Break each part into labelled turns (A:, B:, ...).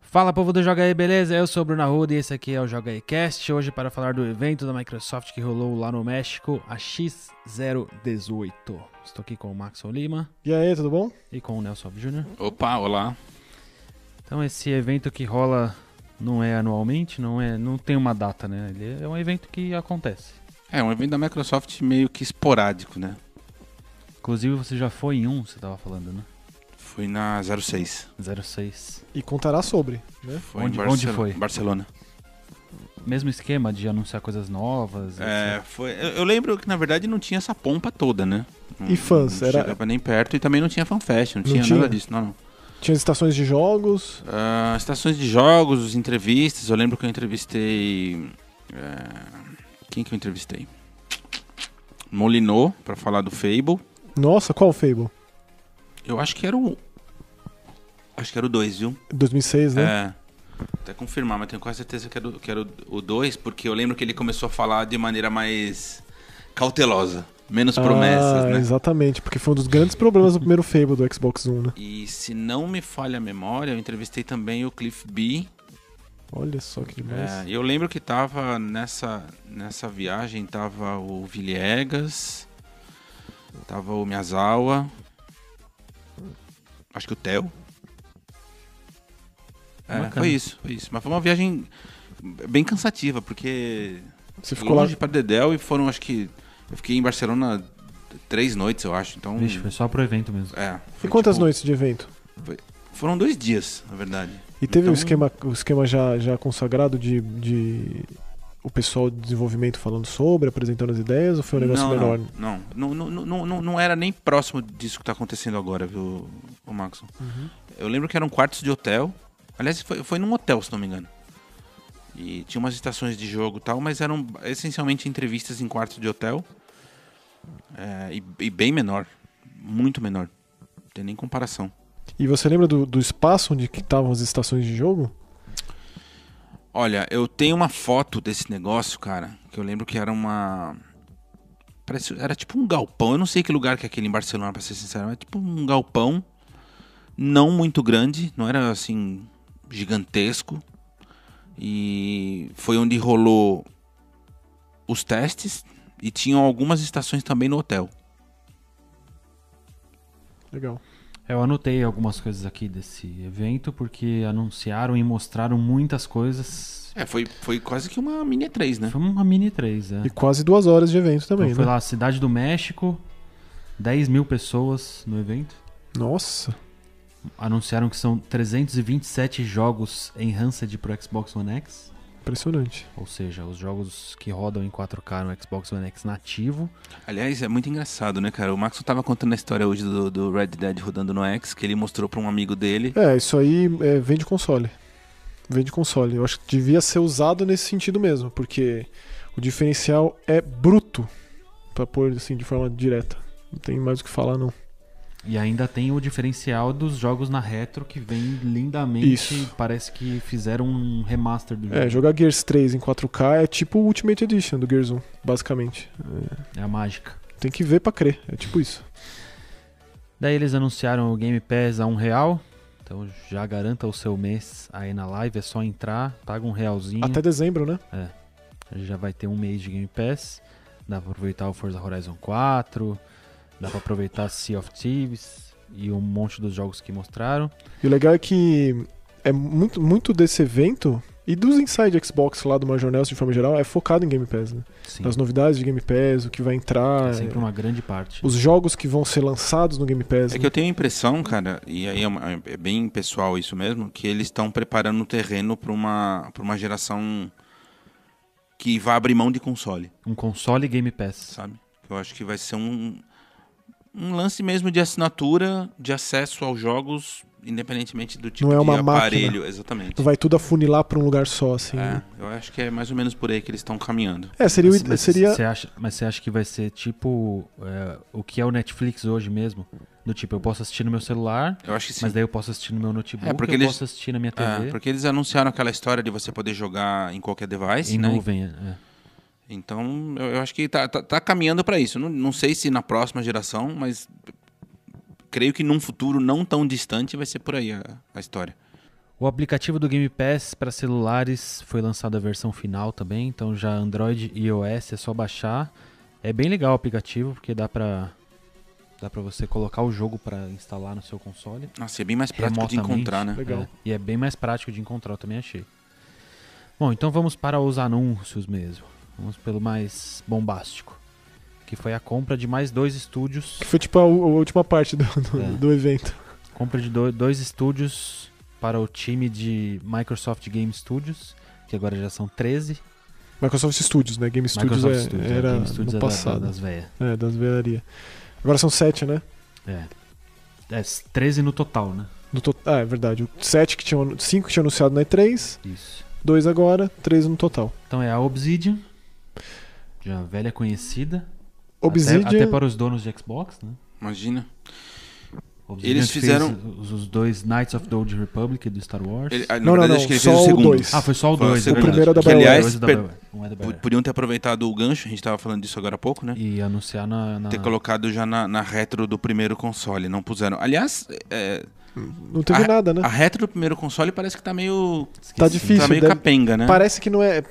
A: Fala povo do Joga aí, beleza? Eu sou o Bruno Arruda e esse aqui é o Joga aí Cast. Hoje para falar do evento da Microsoft que rolou lá no México, a X018. Estou aqui com o Maxon Lima
B: E aí, tudo bom?
A: e com o Nelson Júnior.
C: Opa, olá.
A: Então esse evento que rola não é anualmente, não é, não tem uma data, né? Ele é um evento que acontece.
C: É um evento da Microsoft meio que esporádico, né?
A: Inclusive você já foi em um, você tava falando, né?
C: Fui na 06.
A: 06.
B: E contará sobre, né?
C: Foi
A: Onde-
C: em Barcel-
A: onde foi?
C: Barcelona.
A: Mesmo esquema de anunciar coisas novas.
C: É,
A: etc.
C: foi. Eu, eu lembro que na verdade não tinha essa pompa toda, né? Não-
B: E fãs,
C: Não
B: era-
C: chegava nem perto e também não tinha fanfest, não,
B: Não
C: tinha,
B: tinha?
C: nada disso, não, não.
B: Tinha as estações de jogos.
C: Ah, estações de jogos, entrevistas. Eu lembro que eu entrevistei. eh, quem que eu entrevistei? Molinô, pra falar do Fable.
B: Nossa, qual o Fable?
C: Eu acho que era o. Acho que era o 2, viu?
B: 2006, né?
C: É. Até confirmar, mas tenho quase certeza que era, o- que era o- o 2, porque eu lembro que ele começou a falar de maneira mais cautelosa, menos promessas,
B: Ah,
C: né?
B: Exatamente, porque foi um dos grandes problemas do primeiro Fable do Xbox One, né?
C: E se não me falha a memória, eu entrevistei também o Cliff B.
B: Olha só que demais.
C: É, e eu lembro que tava nessa, nessa viagem, tava o Villegas, tava o Miyazawa, acho que o Theo. É,
A: Bacana.
C: foi isso, foi isso. Mas foi uma viagem bem cansativa, porque
B: Você ficou lá.
C: longe pra Dedel e foram, acho que. Eu fiquei em Barcelona três noites, eu acho. Então.
A: Vixe, foi só pro evento mesmo.
C: é,
B: E
C: foi
B: quantas
C: tipo-
B: noites de evento?
C: Foram dois dias, na verdade.
B: E teve o
C: Então-
B: esquema, o esquema já, já consagrado de, de o pessoal de desenvolvimento falando sobre, apresentando as ideias, ou foi um negócio
C: não,
B: menor?
C: Não, não, não, não, não, não, não era nem próximo disso que tá acontecendo agora, viu, o Maxon?
B: Uhum.
C: Eu lembro que eram quartos de hotel. Aliás, foi, foi num hotel, se não me engano. E tinha umas estações de jogo e tal, mas eram essencialmente entrevistas em quartos de hotel. É, e, e bem menor. Muito menor. Não tem nem comparação.
B: E você lembra do, do espaço onde que estavam as estações de jogo?
C: Olha, eu tenho uma foto desse negócio, cara, que eu lembro que era uma. Parece, era tipo um galpão. Eu não sei que lugar que é aquele em Barcelona, pra ser sincero, mas tipo um galpão não muito grande, não era assim gigantesco. E foi onde rolou os testes e tinham algumas estações também no hotel.
B: Legal.
A: Eu anotei algumas coisas aqui desse evento, porque anunciaram e mostraram muitas coisas.
C: É, foi, foi quase que uma mini E3, né?
A: Foi uma mini 3, é.
B: E quase duas horas de evento também,
A: então foi
B: né?
A: lá, Cidade do México, 10 mil pessoas no evento.
B: Nossa.
A: Anunciaram que são 327 jogos enhanced pro Xbox One X,
B: Impressionante.
A: ou seja, os jogos que rodam em 4K no Xbox One X nativo.
C: Aliás, é muito engraçado, né, cara? O Maxon tava contando a história hoje do, do Red Dead rodando no X, que ele mostrou pra um amigo dele.
B: É, isso aí é, vem de console. Vem de console. Eu acho que devia ser usado nesse sentido mesmo, porque o diferencial é bruto. Pra pôr assim de forma direta. Não tem mais o que falar, não.
A: E ainda tem o diferencial dos jogos na retro que vem lindamente.
B: Isso.
A: Parece que fizeram um remaster do
B: É, jogar Gears 3 em 4K é tipo o Ultimate Edition do Gears 1, basicamente.
A: É a mágica.
B: Tem que ver pra crer. É tipo isso.
A: Daí eles anunciaram o Game Pass a um real. Então já garanta o seu mês aí na live, é só entrar, paga um realzinho,
B: Até dezembro, né?
A: já vai ter um mês de Game Pass. Dá pra aproveitar o Forza Horizon 4, dá pra aproveitar Sea of Thieves e um monte dos jogos que mostraram.
B: E o legal é que é muito, muito desse evento e dos inside Xbox lá do Major Nelson de forma geral é focado em Game Pass, né?
A: Sim,
B: Nas novidades de Game Pass, o que vai entrar.
A: é sempre uma grande parte.
B: os jogos que vão ser lançados no Game Pass.
C: Tipo,
B: né?
C: É que eu tenho a impressão, cara, e aí é, uma- é bem pessoal isso mesmo, que eles estão preparando o terreno pra uma, pra uma geração que vai abrir mão de console,
A: Um console Game Pass.
C: sabe? Eu acho que vai ser um, um lance mesmo de assinatura, de acesso aos jogos, independentemente do tipo
B: Não é uma
C: de
B: máquina.
C: aparelho. Exatamente.
B: Não vai tudo afunilar pra um lugar só, assim.
C: É,
B: né?
C: eu acho que é mais ou menos por aí que eles estão caminhando.
B: É, seria. o
A: Mas-
B: ide-
A: mas
B: seria...
A: você acha, mas você acha que vai ser tipo é, o que é o Netflix hoje mesmo? Do tipo, eu posso assistir no meu celular,
C: Eu acho que sim.
A: Mas daí eu posso assistir no meu notebook,
C: É, porque
A: eu
C: eles-
A: posso assistir na minha
C: É,
A: TV,
C: porque eles anunciaram aquela história de você poder jogar em qualquer device,
A: em
C: né?
A: nuvem. é.
C: Então, eu, eu acho que tá, tá- tá caminhando para isso. Não, não sei se na próxima geração, mas creio que num futuro não tão distante vai ser por aí a, a história.
A: O aplicativo do Game Pass para celulares foi lançado a versão final também, então já Android e iOS é só baixar. É bem legal o aplicativo porque dá pra dá para você colocar o jogo para instalar no seu console.
C: Nossa, é bem mais prático de
A: Remotamente.
C: encontrar, né?
B: Legal.
A: É, e é bem mais prático de encontrar, eu também achei. Bom, então vamos para os anúncios mesmo. Vamos pelo mais bombástico. Que foi a compra de mais dois estúdios.
B: Que foi tipo a, u- a última parte do, do,
A: É.
B: do evento.
A: Compra de do- dois estúdios para o time de Microsoft Game Studios, que agora já são 13.
B: Microsoft Studios, né? Game Studios,
A: Microsoft
B: é-
A: Studios, é,
B: era
A: Game Studios
B: no
A: é da-
B: passado.
A: da- das velhas.
B: É, das velharias. Agora são sete, né?
A: É. É, 13 no total, né?
B: No to- Ah, é verdade. O Sete que tinham, cinco que tinham anunciado na E3,
A: Isso.
B: dois agora, três no total.
A: Então é a Obsidian, já velha conhecida. Até-
B: Obsidian,
A: Até, para os donos de Xbox, né?
C: Imagina.
A: Obsidian
C: Eles
A: fez
C: fizeram-
A: os, os dois Knights of the Old Republic do Star Wars.
C: Ele- ah, na
B: Não, não,
C: verdade,
B: não,
C: acho que ele
B: só
C: fez o
B: o
C: segundo.
B: dois.
A: Ah, foi só o
C: Foi
A: dois,
C: o
A: é verdade.
B: primeiro é da
A: Que, aliás,
C: BioWare.
A: dois é da
C: per-
A: BioWare, um é da
C: Pod-
A: BioWare.
C: Podiam ter aproveitado o gancho, a gente tava falando disso agora há pouco, né?
A: E anunciar na. na-
C: Ter colocado já na, na retro do primeiro console, não puseram. Aliás, é,
B: não teve nada, né?
C: a retro do primeiro console parece que tá meio.
A: Esqueci.
B: tá difícil.
C: tá meio
B: deve-
C: capenga, né?
B: Parece que não é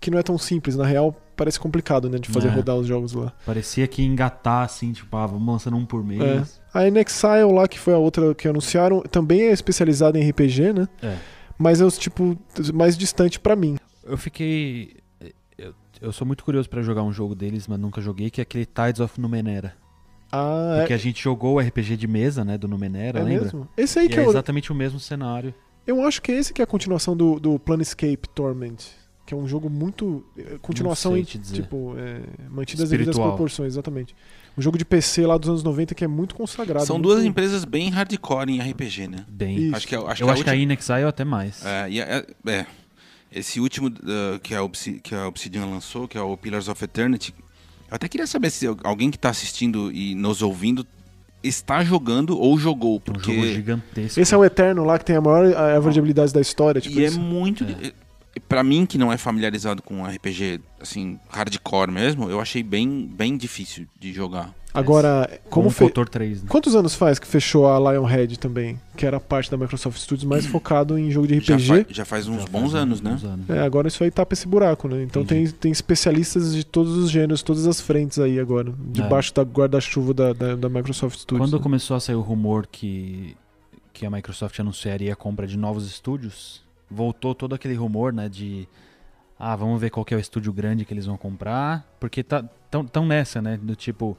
B: que não é tão simples, na real, parece complicado, né, de fazer
A: É.
B: rodar os jogos lá.
A: Parecia que ia engatar assim, tipo, ah, vamos lançando um por mês.
B: A Inexile lá, que foi a outra que anunciaram, também é especializada em RPG, né?
A: É.
B: Mas é os tipo mais distante pra mim.
A: Eu fiquei. Eu, eu sou muito curioso pra jogar um jogo deles, mas nunca joguei, que é aquele Tides of Numenera.
B: Ah,
A: Porque
B: é,
A: a gente jogou o RPG de mesa, né, do Numenera,
B: é
A: lembra?
B: mesmo? Esse aí
A: E
B: que
A: é
B: eu,
A: exatamente o mesmo cenário.
B: eu acho que é esse que é a continuação do, do Planescape Torment, que é um jogo muito é, continuação
A: sei
B: em
A: te dizer.
B: tipo é, mantidas as devidas
A: Espiritual.
B: proporções, exatamente. Um jogo de PC lá dos anos 90 que é muito consagrado.
C: São
B: muito-
C: duas empresas bem hardcore em RPG, né?
A: Bem.
B: Isso.
C: Acho que, é- acho
A: eu
C: que
A: acho que
C: a
A: a
C: última-
A: Inexile até mais.
C: É, e a- é- é. esse último uh, que, a Obsi- que a Obsidian lançou, que é o Pillars of Eternity, eu até queria saber se al- alguém que tá assistindo e nos ouvindo está jogando ou
A: É
C: jogou,
A: um
C: porque...
A: jogo gigantesco.
B: Esse é o Eterno lá que tem a maior a average de habilidades da história, tipo
C: e é
B: isso.
C: muito... e- Pra mim, que não é familiarizado com RPG, assim, hardcore mesmo, eu achei bem, bem difícil de jogar.
B: Agora, como
A: como
B: fe...
A: Cotor 3, né?
B: Quantos anos faz que fechou a Lionhead também, que era parte da Microsoft Studios mais focado em jogo de
C: Já,
B: RPG?
C: fa- já faz uns
A: Já faz
C: bons anos, né?
A: uns anos.
B: É, agora isso aí tapa esse buraco, né? Então tem,
A: Entendi.
B: tem especialistas de todos os gêneros, todas as frentes aí agora, debaixo da guarda-chuva da, da, da Microsoft Studios.
A: É. Quando
B: né?
A: começou a sair o rumor que, que a Microsoft anunciaria a compra de novos estúdios, voltou todo aquele rumor, né, de ah, vamos ver qual que é o estúdio grande que eles vão comprar, porque tá tão, tão nessa, né, do tipo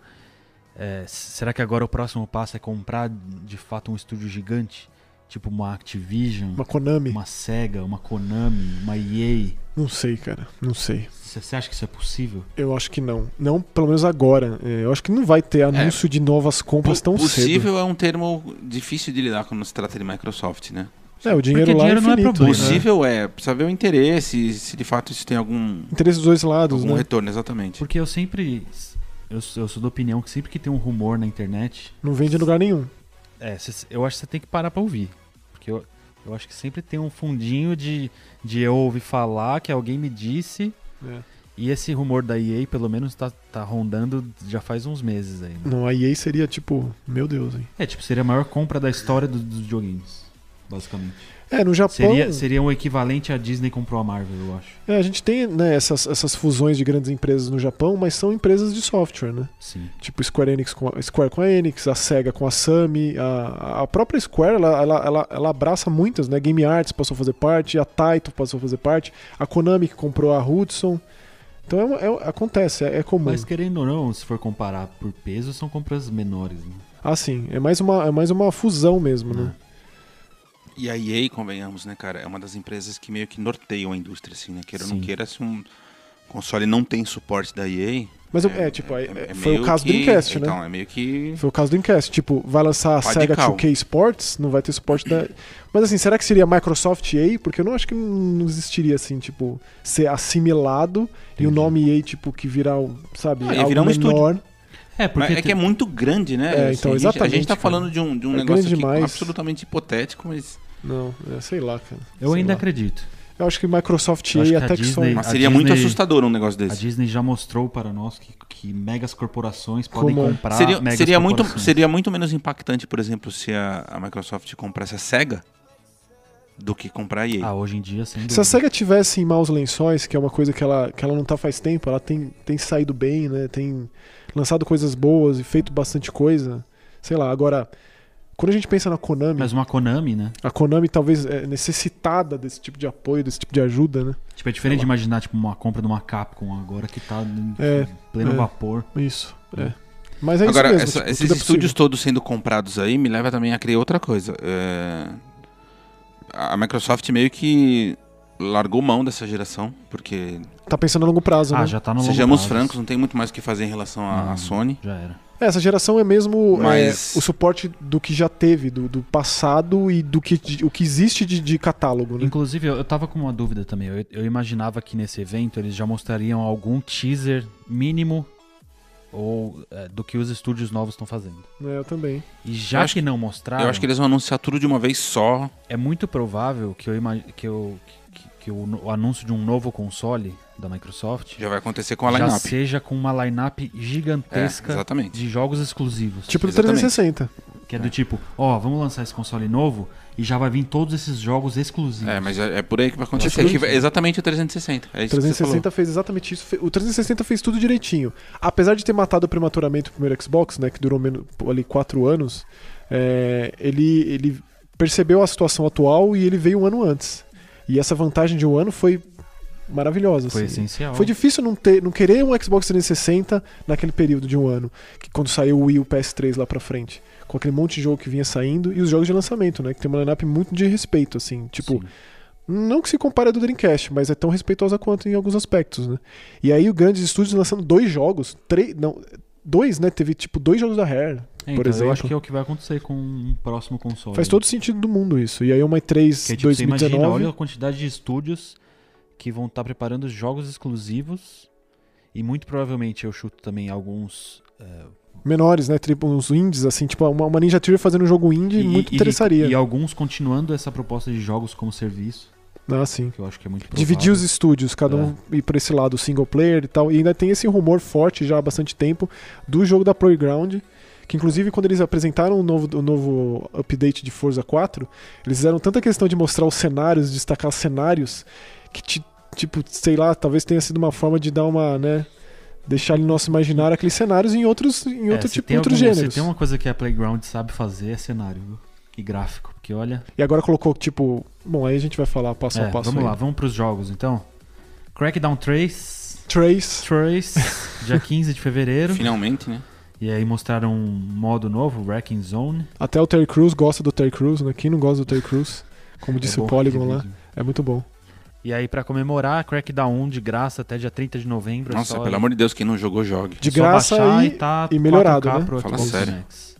A: é, s- será que agora o próximo passo é comprar de fato um estúdio gigante, tipo uma Activision,
B: Uma Konami?
A: uma Sega, uma Konami, uma EA?
B: Não sei, cara. Não sei.
A: Você acha que isso é possível?
B: Eu acho que não. Não, pelo menos agora. É, Eu acho que não vai ter
A: É.
B: anúncio de novas compras tão
C: Possível é um termo difícil de lidar quando se trata de Microsoft, né?
B: cedo. É, o dinheiro
A: Porque
B: lá
A: dinheiro
B: é
A: não é
B: infinito.
A: problema.
B: né?
C: Possível é, precisa ver o interesse, se de fato isso tem algum,
B: Interesse dos dois lados,
C: algum
B: né?
A: é.
C: retorno, exatamente.
A: Porque eu sempre. Eu, sou- eu sou da opinião que sempre que tem um rumor na internet.
B: Não vende em lugar nenhum.
A: É, cê- eu acho que você tem que parar pra ouvir. Porque eu, eu acho que sempre tem um fundinho de, de eu ouvir falar que alguém me disse.
B: É.
A: E esse rumor da EA, pelo menos, tá, tá rondando já faz uns meses aí. né?
B: Não, a EA seria tipo, meu Deus, hein?
A: É, tipo, seria a maior compra da história do- dos videogames. Basicamente.
B: É, no Japão.
A: Seria, seria um equivalente à Disney comprou a Marvel, eu acho.
B: É, a gente tem né, essas, essas fusões de grandes empresas no Japão, mas são empresas de software, né?
A: Sim.
B: Tipo Square Enix com a, Square com a Enix, a Sega com a Sami, a, a própria Square, ela, ela, ela, ela abraça muitas, né? Game Arts passou a fazer parte, a Taito passou a fazer parte, a Konami que comprou a Hudson. Então é uma- é- acontece, é, é comum.
A: Mas querendo ou não, se for comparar por peso, são compras menores. Né?
B: Ah, sim, é mais uma, é mais uma fusão mesmo, né?
C: E a EA, convenhamos, né, cara, é uma das empresas que meio que norteiam a indústria, assim, né? Queira ou não
A: Sim.
C: queira, se um console não tem suporte da EA...
B: Mas eu- é, tipo, aí,
C: é
B: foi o
C: meio
B: caso do
C: que-
B: Dreamcast, né?
C: Então, é meio que...
B: Foi o caso do Incast. Tipo, vai lançar a
C: Pá de
B: Sega
C: cal.
B: 2K Sports, não vai ter suporte da. Mas assim, será que seria Microsoft EA? Porque eu não acho que não existiria assim, tipo, ser assimilado e o
A: Entendi.
B: nome EA, tipo, que virar, o- sabe,
C: Ah, ia
B: algo
C: virar um estúdio.
B: menor.
A: É,
C: Mas
A: porque
C: é que é muito grande, né?
B: É, então,
C: a gente- A gente
B: exatamente,
C: tá
B: cara.
C: falando de um, de um
B: É
C: negócio
B: grande
C: aqui
B: demais.
C: absolutamente hipotético, mas...
B: Não, é, sei lá, cara.
A: eu
B: Sei
A: ainda
B: lá.
A: acredito.
B: Eu acho que Microsoft
A: Eu acho
B: EA
A: que a
B: até que só. um.
A: Disney-
C: mas
A: A
C: seria muito
A: Disney-
C: assustador um negócio
A: A
C: desse.
A: Disney já mostrou para nós que, que megas corporações podem
B: Como é?
A: comprar
C: Seria,
A: megas
C: seria muito,
A: corporações.
C: seria muito menos impactante, por exemplo, se a, a Microsoft comprasse a SEGA do que comprar a EA.
A: Ah, hoje em dia, sem
B: Se a
A: dúvida.
B: SEGA tivesse em maus lençóis, que é uma coisa que ela, que ela não tá faz tempo, ela tem, tem saído bem, né? Tem lançado coisas boas e feito bastante coisa. Sei lá, agora. Quando a gente pensa na Konami,
A: Mas uma Konami, né?
B: a Konami talvez é necessitada desse tipo de apoio, desse tipo de ajuda, né?
A: Tipo, é diferente de imaginar tipo, uma compra de uma Capcom agora que tá em
B: É,
A: pleno
B: é.
A: vapor.
B: Isso. É. Mas é
C: Agora,
B: isso mesmo.
C: essa-
B: tipo,
C: esses
B: tudo é
C: estúdios
B: possível.
C: todos sendo comprados aí me leva também a crer outra coisa. É, A Microsoft meio que largou mão dessa geração, porque,
B: Tá pensando a longo prazo,
A: Ah,
B: né?
A: já tá no longo
C: sejamos
A: prazo.
C: francos, né? não tem muito mais o que fazer em relação à- à
A: Não.
C: Sony.
A: Já era.
B: É, Essa geração é mesmo é,
C: Mas-
B: o suporte do que já teve, do, do passado e do que, de- o que existe de, de catálogo, né?
A: Inclusive, eu eu tava com uma dúvida também. Eu, eu imaginava que nesse evento eles já mostrariam algum teaser mínimo ou é, do que os estúdios novos estão fazendo.
B: É, eu também.
A: E já
C: acho
A: que não mostraram,
C: Eu acho que eles vão anunciar tudo de uma vez só.
A: é muito provável que, eu ima- que, eu- que- que o, no- o anúncio de um novo console da Microsoft
C: Já vai acontecer com a
A: já
C: lineup.
A: seja com uma lineup
C: É,
A: gigantesca
C: exatamente.
A: de jogos exclusivos.
B: Tipo do
C: Exatamente.
B: 360.
A: que é do tipo, ó, vamos lançar esse console novo e já vai vir todos esses jogos exclusivos.
C: É, mas é, é por aí que vai acontecer.
B: Acho
C: É que
B: que-
C: vai- exatamente o 360. É isso
B: 360 fez exatamente isso. Fe- O 360 fez tudo direitinho. Apesar de ter matado prematuramente o primeiro Xbox, né, que durou menos, pô, ali quatro anos, é, ele, ele percebeu a situação atual e ele veio um ano antes. E essa vantagem de um ano foi maravilhosa.
A: Foi
B: assim.
A: essencial.
B: Foi difícil não, ter, não querer um Xbox 360 naquele período de um ano, que quando saiu o Wii e o PS3 lá pra frente. Com aquele monte de jogo que vinha saindo e os jogos de lançamento, né? Que tem uma lineup muito de respeito, assim. Tipo,
A: Sim.
B: não que se compare a do Dreamcast, mas é tão respeitosa quanto em alguns aspectos, né? E aí o grandes estúdios lançando dois jogos, três, não, dois, né? Teve tipo dois jogos da Rare.
A: É,
B: por
A: então,
B: exemplo.
A: Eu acho que é o que vai acontecer com um próximo console.
B: Faz todo né? sentido do mundo isso. E aí uma
A: que,
B: E3
A: é, tipo, Você imagina,
B: 2019.
A: olha a quantidade de estúdios que vão estar preparando jogos exclusivos e muito provavelmente eu chuto também alguns... eh,
B: menores, né? Tipo, uns indies, assim, tipo, uma, uma Ninja Theory fazendo um jogo indie muito interessaria.
A: E, alguns continuando essa proposta de jogos como serviço,
B: ah, sim.
A: que eu acho que é muito provável. É.
B: Dividir os estúdios, cada um ir pra esse lado single player e tal. E ainda tem esse rumor forte já há bastante tempo do jogo da Playground. Que inclusive quando eles apresentaram o novo, o novo update de Forza 4, eles fizeram tanta questão de mostrar os cenários, destacar os cenários, que ti- tipo, sei lá, talvez tenha sido uma forma de dar uma, né? Deixar ali no nosso imaginário aqueles cenários em outros, em
A: É,
B: outro
A: se
B: tipo,
A: tem
B: outros
A: algum-
B: gêneros.
A: Se tem um uma coisa que a Playground sabe fazer é cenário viu? e gráfico, porque olha...
B: E agora colocou, tipo. Bom, aí a gente vai falar passo
A: É,
B: a passo.
A: vamos
B: aí.
A: lá, vamos pros jogos então. Crackdown 3...
B: Trace.
A: Trace, dia 15 de fevereiro.
C: Finalmente, né?
A: E aí mostraram um modo novo, Wrecking Zone.
B: Até o Terry Crews gosta do Terry Crews, né? Quem não gosta do Terry Crews? Como disse
A: É bom
B: o Polygon
A: aquele
B: lá.
A: vídeo.
B: É muito bom.
A: E aí, pra comemorar, Crackdown 1 de graça até dia 30 de novembro. é
C: Nossa,
A: só,
C: pelo amor de Deus, quem não jogou, jogue.
B: De
A: É só
B: graça
A: baixar
B: e.
A: tá
B: e melhorado,
A: 4K
B: né?
A: pro
C: Fala
A: Xbox
C: sério.
A: Next.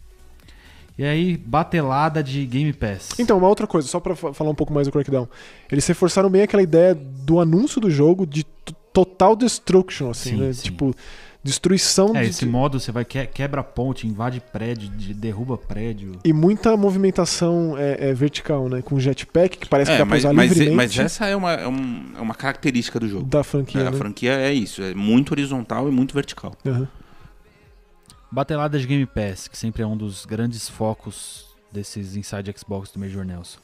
A: E aí, batelada de Game Pass.
B: Então, uma outra coisa, só pra fa- falar um pouco mais do Crackdown. Eles reforçaram bem aquela ideia do anúncio do jogo de t- total destruction, assim,
A: Sim,
B: né?
A: sim.
B: Tipo, destruição
A: é,
B: de-
A: esse modo você vai que- quebra ponte, invade prédio, de- derruba prédio.
B: e muita movimentação é, é, vertical, né? Com jetpack, que parece que
C: É,
B: dá pra
C: mas,
B: usar
C: mas-
B: livremente
C: mas essa é uma, é um- é uma característica do jogo.
B: da franquia,
C: É, a
B: né?
C: franquia é isso, é muito horizontal e muito vertical.
B: Aham.
A: Batelada de Game Pass, que sempre é um dos grandes focos desses Inside Xbox do Major Nelson.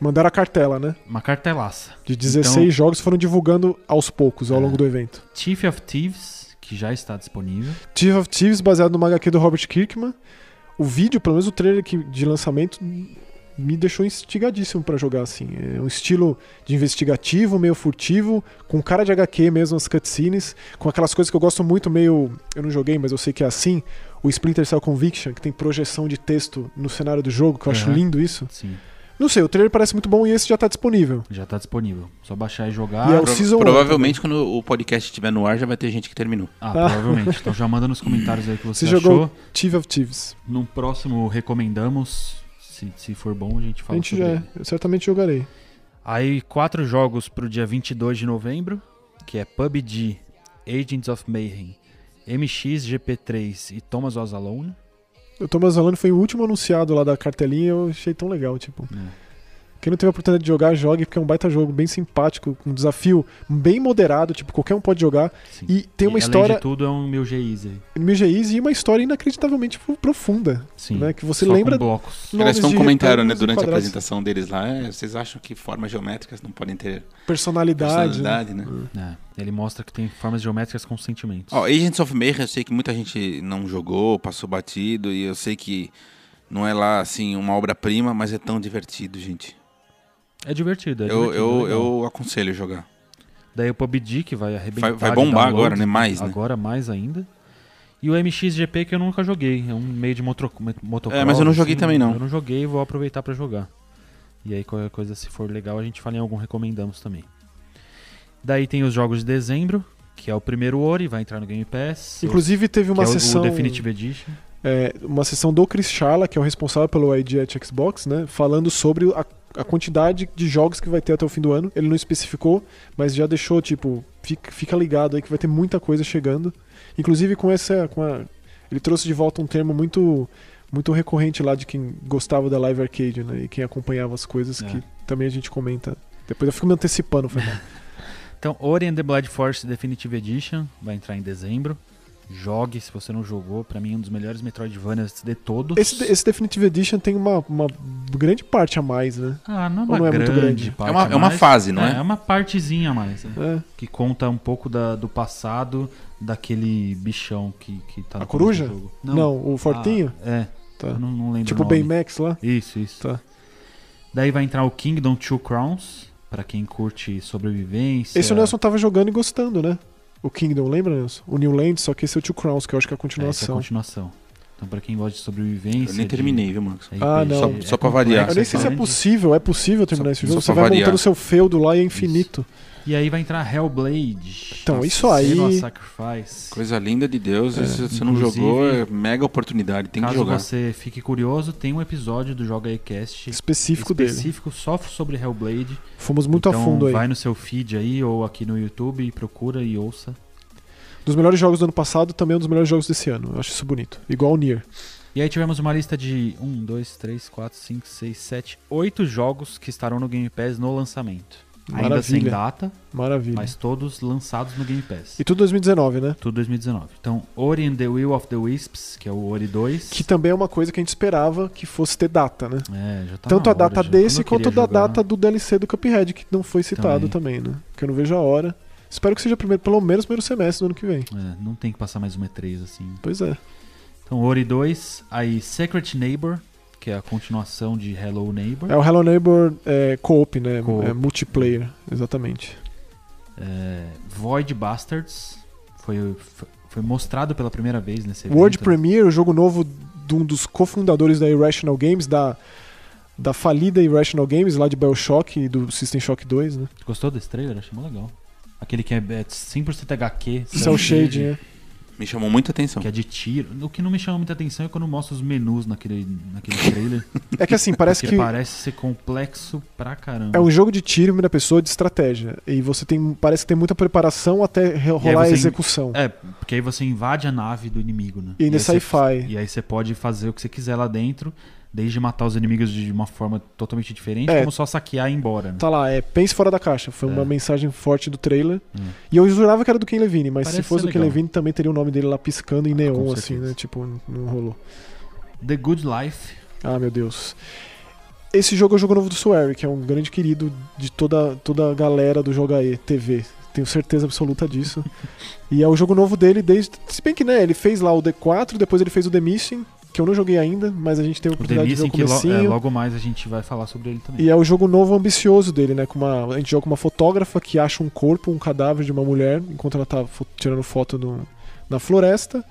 B: Mandaram a cartela, né?
A: Uma cartelaça.
B: De 16 jogos foram divulgando aos poucos ao
A: Então É.
B: longo do evento.
A: Chief of Thieves, que já está disponível.
B: Chief of Thieves, baseado numa HQ do Robert Kirkman. O vídeo, pelo menos o trailer que- de lançamento, me deixou instigadíssimo pra jogar, assim. É um estilo de investigativo, meio furtivo, com cara de HQ mesmo, as cutscenes, com aquelas coisas que eu gosto muito, meio... Eu não joguei, mas eu sei que é assim. O Splinter Cell Conviction, que tem projeção de texto no cenário do jogo, que eu acho
A: Aham.
B: lindo isso.
A: Sim,
B: Não sei, o trailer parece muito bom e esse já tá disponível.
A: já tá disponível. Só baixar e
B: E
A: jogar.
B: é o Season One
C: provavelmente quando o podcast estiver no ar já vai ter gente que terminou.
A: Ah, provavelmente. Então já manda nos comentários aí o que você,
B: Você
A: achou.
B: jogou- Chief of Thieves.
A: No próximo recomendamos. Se, se for bom, a gente
B: A
A: fala
B: gente
A: sobre
B: já... é.
A: ele.
B: Eu certamente jogarei.
A: Aí, quatro jogos pro dia 22 de novembro, que é PUBG, Agents of Mayhem, MX, GP3 e Thomas Was Alone.
B: O Thomas Valone foi o último anunciado lá da cartelinha e eu achei tão legal, tipo.
A: É.
B: Quem não teve a oportunidade de jogar, jogue, porque é um baita jogo, bem simpático, um desafio bem moderado, tipo, qualquer um pode jogar.
A: Sim.
B: E tem uma
A: além
B: história-
A: de tudo, é um meu G Easy.
B: MGIs e uma história inacreditavelmente pro- profunda,
A: Sim.
B: né? Que você
A: Só com
B: lembra
A: blocos.
C: Eles
B: nomes
C: foi um
B: de
C: comentário, né,
B: retângulos e
C: durante a
B: quadrados.
C: apresentação deles lá. É, vocês acham que formas geométricas não podem ter
B: Personalidade. né?
C: personalidade, né?
A: É, ele mostra que tem formas geométricas com sentimentos.
C: Ó, Agents of Mayhem, eu sei que muita gente não jogou, passou batido, e eu sei que não é lá, assim, uma obra-prima, mas é tão divertido, gente.
A: é divertido, é
C: eu,
A: divertido,
C: eu,
A: legal.
C: eu aconselho jogar.
A: Daí o PUBG que vai arrebentar.
C: Vai- vai
A: de
C: bombar
A: download,
C: agora, né? Mais, né?
A: Agora mais ainda. E o MXGP que eu nunca joguei. É um meio de motro, motocross. assim,
C: É, mas eu não joguei também, não.
A: Eu não joguei e vou aproveitar pra jogar. E aí qualquer coisa, se for legal, a gente fala em algum recomendamos também. Daí tem os jogos de dezembro, que é o primeiro Ori, vai entrar no Game Pass.
B: Inclusive teve
A: que
B: uma
A: é o-
B: sessão.
A: O Definitive Edition.
B: é, uma sessão do Chris Charla, que é o responsável pelo ID at Xbox, né? Falando sobre a, a quantidade de jogos que vai ter até o fim do ano. Ele não especificou, mas já deixou, tipo, fica, fica ligado aí que vai ter muita coisa chegando. Inclusive com essa. Com a, ele trouxe de volta um termo muito muito recorrente lá de quem gostava da Live Arcade, né? E quem acompanhava as coisas,
A: É.
B: que também a gente comenta. Depois eu fico me antecipando, foi mal.
A: Então, Ori and the Blind Force Definitive Edition vai entrar em dezembro. Jogue, se você não jogou, pra mim é um dos melhores Metroidvanias de todos.
B: Esse, esse Definitive Edition tem uma, uma grande parte a mais, né?
A: Ah, não é
B: Ou
A: uma
B: não é muito
A: grande,
B: grande?
A: parte.
C: é, uma, é uma
A: mas-
C: fase, não
A: é,
C: é?
A: é uma partezinha a mais. né?
B: É.
A: Que conta um pouco da- do passado daquele bichão que, que tá no
B: A coruja?
A: começo do jogo.
B: Não, o
A: Ah,
B: Fortinho?
A: é,
B: Tá.
A: eu não, não lembro
B: tipo
A: o
B: o
A: nome.
B: Baymax lá.
A: Isso, isso.
B: Tá.
A: Daí vai entrar o Kingdom Two Crowns, pra quem curte sobrevivência.
B: Esse é o Nelson tava jogando e gostando, né? O Kingdom, lembra, Nelson? O New Land, só que esse é o Two Crowns, que eu acho que é a
A: É, esse é a
B: continuação.
A: continuação. Então pra quem gosta de sobrevivência...
C: Eu
A: de-
C: nem terminei, viu, Marcos?
A: é
B: Ah,
A: RPG,
B: não. Só-
C: só pra variar.
A: complexo, né?
B: eu nem sei se é
A: grande.
B: possível, é possível terminar
C: Só-
B: esse
C: só
B: jogo.
C: pra
B: Você vai
C: variar.
B: montando seu feudo lá e é infinito.
A: E aí vai entrar Hellblade.
B: Então,
A: Nossa,
B: isso aí-
A: Senua's Sacrifice.
C: Coisa linda de Deus, se você não
A: É, Inclusive-
C: jogou, é mega oportunidade, tem que
A: Caso
C: jogar.
A: você fique curioso, tem um episódio do Joga Ecast
B: Específico, dele.
A: específico só sobre Hellblade.
B: Fomos muito
A: então,
B: a fundo aí.
A: Vai no seu feed aí ou aqui no YouTube e procura e ouça.
B: Dos melhores jogos do ano passado, também é um dos melhores jogos desse ano. Eu acho isso bonito. Igual o Nier.
A: E aí tivemos uma lista de 1, 2, 3, 4, 5, 6, 7, 8 jogos que estarão no Game Pass no lançamento. Ainda sem
B: Maravilha.
A: data,
B: Maravilha.
A: mas todos lançados no Game Pass.
B: E tudo 2019, né?
A: Tudo 2019. Então, Ori and the Will of the Wisps, que é o Ori 2.
B: Que também é uma coisa que a gente esperava que fosse ter data, né?
A: É, já tá
B: Tanto
A: na
B: a data
A: hora, já.
B: desse
A: Quando
B: quanto
A: eu
B: da
A: queria jogar-
B: data do DLC do Cuphead, que não foi citado também, né? Que eu não vejo a hora. Espero que seja primeiro, pelo menos primeiro semestre do ano que vem.
A: É, não tem que passar mais uma E3 assim.
B: Pois é.
A: Então, Ori 2, aí Secret Neighbor, que é a continuação de Hello Neighbor.
B: É o Hello Neighbor é, co-op, né?
A: Hum. Co-op.
B: É multiplayer, exatamente.
A: É, Void Bastards, foi, foi- foi mostrado pela primeira vez nesse evento.
B: World
A: né?
B: Premiere, o jogo novo de um dos cofundadores da Irrational Games, da, da falida Irrational Games, lá de Bioshock e do System Shock 2, né?
A: Gostou desse trailer? Achei muito legal. Aquele que é, é 100% HQ.
B: Cell Shade, né?
C: Me chamou muita atenção.
A: Que é de tiro. O que não me chama muita atenção é quando mostra os menus naquele, naquele trailer.
B: É que assim, parece
A: porque
B: que
A: parece ser complexo pra caramba.
B: é um jogo de tiro, primeira pessoa, de estratégia. E você tem. Parece que tem muita preparação até re- rolar a
A: você-
B: execução.
A: É, porque aí você invade a nave do inimigo, né?
B: E ainda é
A: aí você-
B: sci-fi.
A: E aí você pode fazer o que você quiser lá dentro, desde matar os inimigos de uma forma totalmente diferente,
B: É.
A: como só saquear e ir embora. Né?
B: Tá lá, é pense fora da caixa. Foi
A: É.
B: uma mensagem forte do trailer.
A: Hum.
B: E eu jurava que era do Ken Levine, mas
A: Parece
B: se fosse
A: ser
B: do Ken
A: legal.
B: Levine também teria o nome dele lá piscando em
A: Ah,
B: neon,
A: com
B: assim,
A: certeza.
B: né? Tipo, não rolou.
A: The Good Life.
B: Ah, meu Deus. Esse jogo é o jogo novo do Sueri, que é um grande querido de toda, toda a galera do Joga E TV. Tenho certeza absoluta disso. e é o jogo novo dele desde. Se bem que, né, ele fez lá o D4, depois ele fez o The Missing, que eu não joguei ainda, mas a gente
A: O
B: teve a oportunidade de ver
A: Denise,
B: o
A: que lo- é,
B: comecinho.
A: logo mais a gente vai falar sobre ele também.
B: E é o jogo novo ambicioso dele, né? Com uma, a gente joga com uma fotógrafa que acha um corpo, um cadáver de uma mulher, enquanto ela tá fo- tirando foto no- na floresta.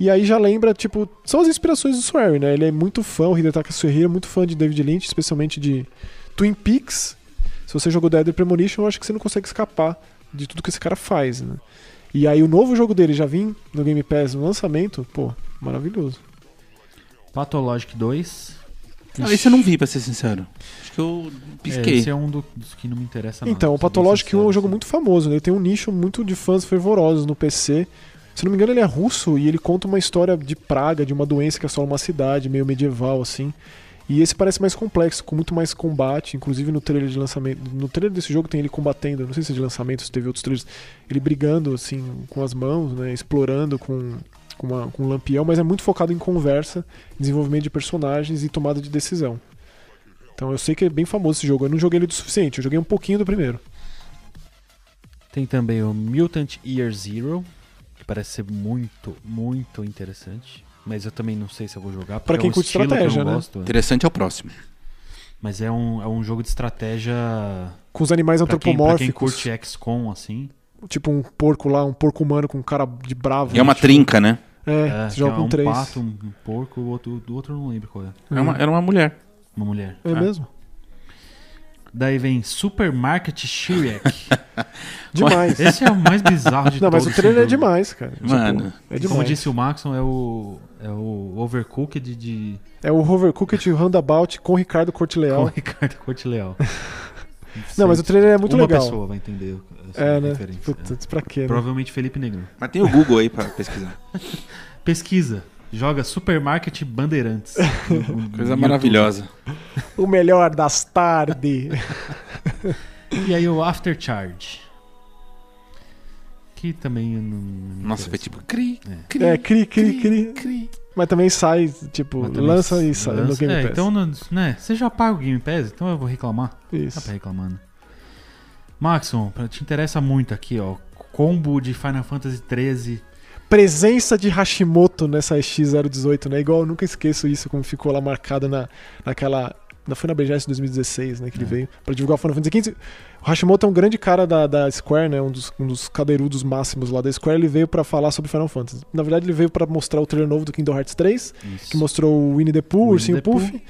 B: E aí já lembra, tipo, são as inspirações do Swery, né? Ele é muito fã, o Hidetaka Suhiro é muito fã de David Lynch, especialmente de Twin Peaks. Se você jogou Dead Premonition, eu acho que você não consegue escapar de tudo que esse cara faz, né? E aí o novo jogo dele já vim no Game Pass no lançamento, pô, maravilhoso.
A: Pathologic 2.
C: Ah, esse eu não vi, pra ser sincero. Acho que eu
A: É,
C: pisquei.
A: esse é um do- dos que não me interessa nada.
B: Então, o
A: pra ser bem
B: Pathologic 1 é um
A: sincero,
B: jogo
A: assim.
B: muito famoso, né? Ele tem um nicho muito de fãs fervorosos no PC. Se não me engano, ele é russo e ele conta uma história de praga, de uma doença que assola uma cidade, meio medieval, assim. E esse parece mais complexo, com muito mais combate. Inclusive no trailer de lançamento. No trailer desse jogo tem ele combatendo, não sei se é de lançamento, se teve outros trailers. Ele brigando, assim, com as mãos, né? Explorando com, com, uma, com um lampião, mas é muito focado em conversa, desenvolvimento de personagens e tomada de decisão. Então eu sei que é bem famoso esse jogo. Eu não joguei ele do suficiente, eu joguei um pouquinho do primeiro.
A: Tem também o Mutant Year Zero, que parece ser muito, muito interessante. Mas eu também não sei se eu vou jogar.
B: Pra
A: porque
B: quem
A: é um
B: curte
A: estilo que eu não
B: estratégia, né?
A: gosto.
C: Interessante é o próximo.
A: Mas é um, é um jogo de estratégia
B: Com os animais
A: pra quem, pra
B: antropomórficos.
A: quem curte XCOM, assim.
B: Tipo um porco lá, um porco humano com cara de bravo.
C: E é uma
B: tipo,
C: trinca, né?
B: É,
A: É,
B: você
A: que
B: joga
A: é
B: com
A: um
B: três.
A: pato, um porco, o outro, do outro eu não lembro qual é.
C: Era uma, era uma mulher.
A: Uma mulher.
B: É mesmo?
A: Daí vem Supermarket Shirek.
B: Demais.
A: Esse é o mais bizarro de
B: Não,
A: todos.
B: mas o trailer é
A: assim, do-
B: demais, cara.
C: Mano.
B: Tipo, é
A: Como
B: demais.
A: disse o Maxon, é o, é o Overcooked de
B: É o Hovercooked Roundabout com Ricardo Corte
A: com o
B: Leal.
A: Ricardo Corte Leal.
B: Não, mas o trailer é muito
A: Uma
B: legal.
A: pessoa vai entender essa
B: É, né?
A: referência.
B: Puta,
A: É.
B: pra quê? Né?
A: Provavelmente Felipe Negro.
C: Mas tem o Google aí pra pesquisar.
A: Pesquisa. Joga Supermarket Bandeirantes. No- no
C: Coisa
A: YouTube.
C: maravilhosa.
B: O melhor das tarde.
A: E aí o After Charge. Que também eu não- não me
C: Nossa, foi
A: interessa.
C: tipo cri,
A: É.
C: cri,
B: É, cri, cri, cri.
C: cri.
B: Mas também sai, tipo,
A: Mas também
B: lança e sai no
A: lança-
B: Game
A: é,
B: Pass.
A: Então, não- né, você já paga o Game Pass, então eu vou reclamar. Dá
B: Isso.
A: pra reclamar, né? Maxon, pra- te interessa muito aqui, ó. Combo de Final Fantasy XIII.
B: Presença de Hashimoto nessa X018, né? Igual eu nunca esqueço isso, como ficou lá marcado na, naquela. Na, foi na BGS 2016, né? Que ele
A: É.
B: veio pra divulgar o Final Fantasy XV. O Hashimoto é um grande cara da, da Square, né? Um dos, um dos cadeirudos máximos lá da Square. Ele veio pra falar sobre Final Fantasy. Na verdade, ele veio pra mostrar o trailer novo do Kingdom Hearts 3. que mostrou o Winnie the Pooh, o
A: Winnie
B: Ursinho
A: the Pooh.
B: Puff.